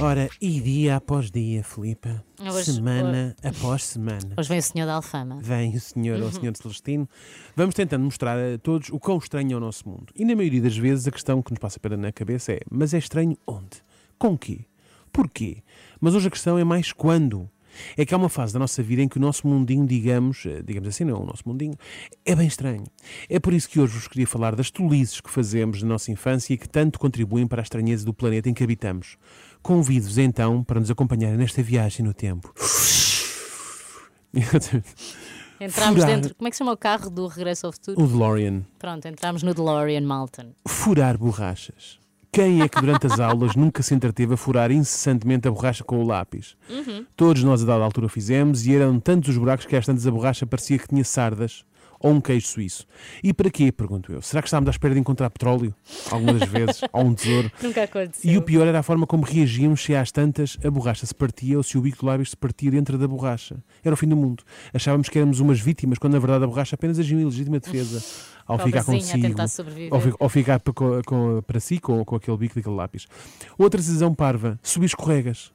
Ora, e dia após dia, Filipe, Hoje- semana após semana, Hoje vem o senhor da Alfama. vem o senhor ou o senhor Celestino, vamos tentando mostrar a todos o quão estranho é o nosso mundo. E na maioria das vezes a questão que nos passa pela na cabeça é, mas é estranho onde? Com quê? Porquê? Mas hoje a questão é mais quando. É que há uma fase da nossa vida em que o nosso mundinho, digamos, eh, digamos assim, não, o nosso mundinho, é bem estranho. É por isso que hoje vos queria falar das tolices que fazemos na nossa infância e que tanto contribuem para a estranheza do planeta em que habitamos. Convido-vos então para nos acompanharem nesta viagem no tempo. Entramos Furar. dentro. Como é que se chama o carro do Regresso ao Futuro? o DeLorean. Pronto, entramos no DeLorean Malton. Furar borrachas. Quem é que durante as aulas nunca se entreteve a furar incessantemente a borracha com o lápis? Todos nós a dada altura o fizemos e eram tantos os buracos que às tantas a borracha parecia que tinha sardas ou um queijo suíço. E para quê, pergunto eu? Será que estávamos à espera de encontrar petróleo? Algumas das vezes, ou um tesouro? Nunca E o aconteceu. pior era a forma como reagíamos se às tantas a borracha se partia ou se o bico do lábio se partia dentro da borracha. Era o fim do mundo. Achávamos que éramos umas vítimas, quando na verdade a borracha apenas agiu em legítima defesa ao ficar Pobrezinha, a consigo. tentar sobreviver. Ao, fi- ao ficar pa- co- com- para si com, com aquele bico daquele lápis. Outra decisão parva: subir escorregas.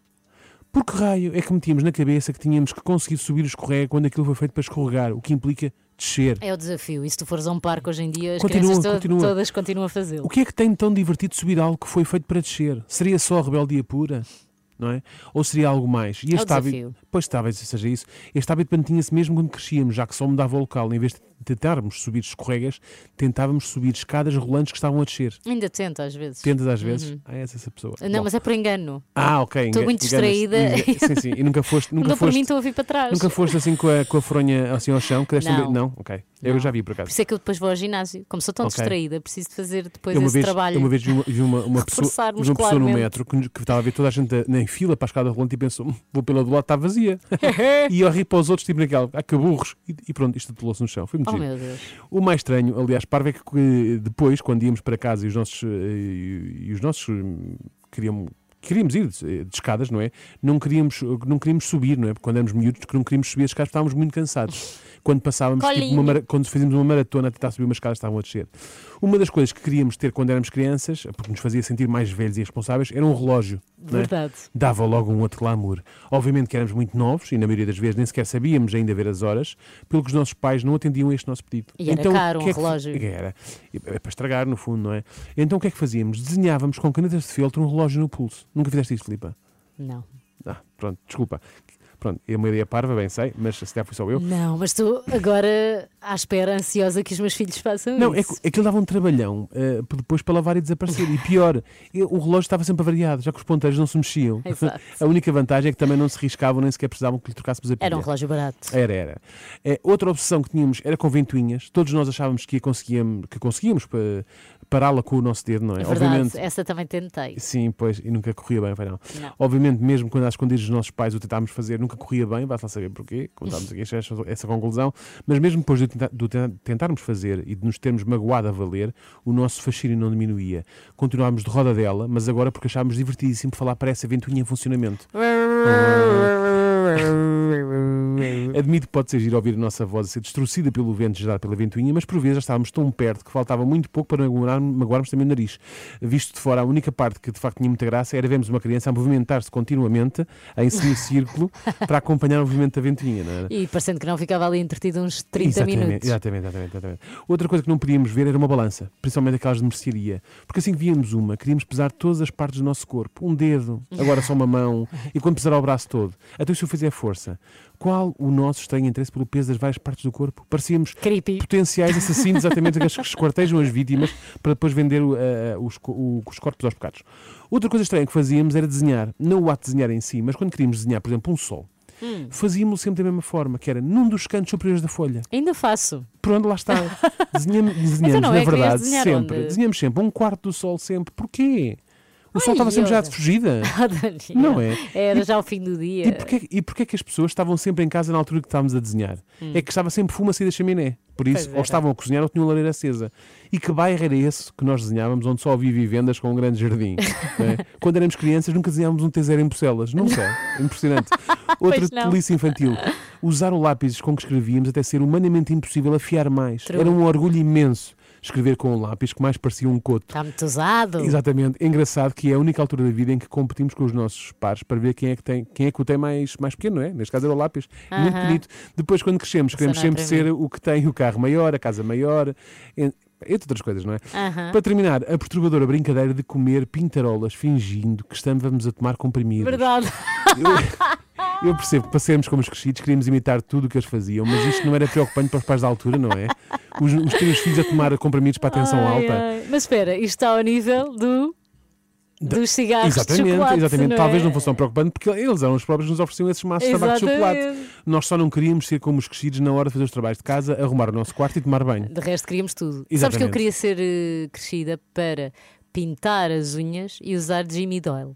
Por que raio é que metíamos na cabeça que tínhamos que conseguir subir o escorrega quando aquilo foi feito para escorregar, o que implica descer? É o desafio. E se tu fores a um parque hoje em dia, as Continua, crianças to- continua. todas continuam a fazê-lo. O que é que tem de tão divertido subir algo que foi feito para descer? Seria só rebeldia pura? Não é? Ou seria algo mais? E É o hábito, desafio. pois talvez seja isso. Este hábito mantinha-se mesmo quando crescíamos, já que só mudava o local. Em vez de tentarmos subir escorregas, tentávamos subir escadas rolantes que estavam a descer. Ainda tento às vezes. Tentas às vezes. Ah, és essa pessoa. Uhum. Não, Bom. mas é por engano. Ah, ok. Estou engan- muito enganas-te. distraída. Enga- Sim, sim. E nunca foste. Nunca Não por mim foste, estou a vir para trás. nunca foste assim com a, com a fronha assim ao chão? Que deste um Não. be- Não? Ok. Eu já vi por Por acaso. isso é que eu depois vou ao ginásio. Como sou tão Ok. distraída, preciso de fazer depois eu uma esse vez, trabalho. eu uma vez vi uma, vi uma, uma pessoa, Reforçar vi uma pessoa no muscularmente. metro que, nos- que estava a ver toda a gente a- em fila para a escada rolante e pensou: "Hum, vou pela do lado, está vazia. e eu ri para os outros, tipo naquela, ah, que burros. E, e pronto, isto atolou-se no chão. Foi muito Oh giro. meu Deus. O mais estranho, aliás, parvo, é que eh, depois, quando íamos para casa e os nossos. eh, E e os nossos hum, queriam- Queríamos ir de, de escadas, não é? Não queríamos, não queríamos subir, não é? Porque quando éramos miúdos, que não queríamos subir as escadas, estávamos muito cansados. Quando passávamos, tipo, Colinho. uma mara- quando fazíamos uma maratona a tentar subir umas escadas, estavam a descer. Uma das coisas que queríamos ter quando éramos crianças, porque nos fazia sentir mais velhos e responsáveis, era um relógio. não é? Verdade. dava logo um outro glamour. Obviamente que éramos muito novos e na maioria das vezes nem sequer sabíamos ainda ver as horas, pelo que os nossos pais não atendiam a este nosso pedido. E era caro o um que é que- relógio. Era. É para estragar, no fundo, não é? Então o que é que fazíamos? Desenhávamos com canetas de feltro um relógio no pulso. Nunca fizeste isso, Filipa? Não. Ah, pronto, desculpa. Pronto, é uma ideia parva, bem sei, mas se calhar fui só eu. Não, mas estou agora à espera, ansiosa que os meus filhos façam Não, é isso. que aquilo dava um trabalhão eh, depois para lavar e desaparecer. E pior, eu- o relógio estava sempre variado, já que os ponteiros não se mexiam. Exato. A única vantagem é que também não se riscavam, nem sequer precisavam que lhe trocássemos a pilha. Era um relógio barato. Era, era. Eh, outra obsessão que tínhamos era com ventoinhas. Todos nós achávamos que a conseguíamos, que conseguíamos pa- pará-la com o nosso dedo, não é? É verdade, essa também tentei. Sim, pois, e nunca corria bem, foi não. Não. Obviamente, mesmo quando às escondidas dos nossos pais o tentámos fazer, nunca corria bem, vai-se lá saber porquê, contámos aqui essa, essa conclusão, mas mesmo depois de, o tenta- de o ten- tentarmos fazer e de nos termos magoado a valer, o nosso fascínio não diminuía. Continuámos de roda dela, mas agora porque achávamos divertidíssimo falar para essa ventoinha em funcionamento. Admito que pode ser giro ouvir a nossa voz a ser destruída pelo vento gerado pela ventoinha, mas por vezes já estávamos tão perto que faltava muito pouco para magoar- magoarmos também o nariz. Visto de fora, a única parte que de facto tinha muita graça era vermos uma criança a movimentar-se continuamente em semicírculo para acompanhar o movimento da ventoinha, não era? E parecendo que não ficava ali entretido uns 30 exatamente, minutos. Exatamente, exatamente, exatamente. Outra coisa que não podíamos ver era uma balança, principalmente aquelas de mercearia. Porque assim que víamos uma, queríamos pesar todas as partes do nosso corpo. Um dedo, agora só uma mão, e quando pesar o braço todo. Até se eu fizer força. Qual o nosso estranho interesse pelo peso das várias partes do corpo? Parecíamos Creepy. potenciais assassinos, exatamente aqueles que esquartejam as vítimas para depois vender o- a- a- os, co- o- os corpos aos pecados. Outra coisa estranha que fazíamos era desenhar, não o ato de desenhar em si, mas quando queríamos desenhar, por exemplo, um sol, Hum. fazíamos-lo sempre da mesma forma, que era num dos cantos superiores da folha. Ainda faço. Por onde lá está? Desenhamos, desenhamos não na é? Querias verdade, desenhar sempre. onde? Desenhamos sempre um quarto do sol, sempre. Porquê? O sol Ai, estava sempre já olha. de fugida. Ah, Daniel. Não é? Tipo, Era E- já o fim do dia. E porquê, e porquê que as pessoas estavam sempre em casa na altura que estávamos a desenhar? É que estava sempre fumo a sair da chaminé. Por isso, Hum. Pois ou era. estavam a cozinhar ou tinham a lareira acesa. E que bairro era esse que nós desenhávamos, onde só havia vivendas com um grande jardim? não é? Quando éramos crianças, nunca desenhávamos um T0 em Bucelas. Não sei. É Impressionante. Outra Pois não. delícia infantil. Usar o lápis com que escrevíamos até ser humanamente impossível afiar mais. Era um orgulho imenso escrever com um lápis que mais parecia um coto. Está muito usado. Exatamente. É Engraçado que é a única altura da vida em que competimos com os nossos pares para ver quem é que, tem, quem é que o tem mais, mais pequeno, não é? Neste caso era o lápis. Muito Aham. bonito. Depois, quando crescemos, queremos não é sempre para ser o que tem o carro maior, a casa maior, en- entre outras coisas, não é? Aham. Para terminar, a perturbadora brincadeira de comer pintarolas fingindo que estamos a tomar comprimidos. Verdade. Eu percebo que para sermos como os crescidos queríamos imitar tudo o que eles faziam, mas isto não era preocupante para os pais da altura, não é? Os, os teus filhos a tomar comprimidos para a tensão Ai, alta. ai. Mas espera, isto está ao nível do. Dos cigarros de Exatamente, chocolate, exatamente. não é? Talvez não fosse tão preocupante porque eles eram os próprios que nos ofereciam esses maços de tabaco de chocolate. Exatamente. Nós só não queríamos ser como os crescidos na hora de fazer os trabalhos de casa, arrumar o nosso quarto e tomar banho. De resto, queríamos tudo. Sabes que eu Exatamente. queria ser eh, crescida para pintar as unhas e usar Jimmy Doyle.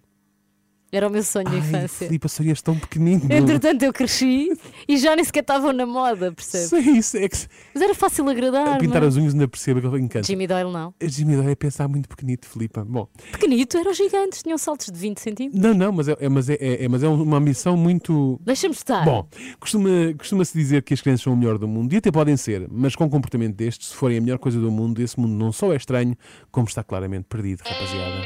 Era o meu sonho de Ai, infância. Filipe, serias tão pequenino. Entretanto, eu cresci e já nem sequer estavam na moda, percebes? Sim, isso é que se- Mas era fácil agradar. pintar não é? as unhas ainda percebo que encanto. Jimmy Doyle não. A Jimmy Dore é pensar muito pequenito, Filipe. Bom, Pequenito, eram gigantes, tinham saltos de 20 centímetros. não, não, mas é, é- mas é, é- é- mas é uma ambição muito. Deixa-me estar. Bom, costuma, costuma-se dizer que as crianças são o melhor do mundo e até podem ser, mas com um comportamento destes, se forem a melhor coisa do mundo, esse mundo não só é estranho, como está claramente perdido, rapaziada.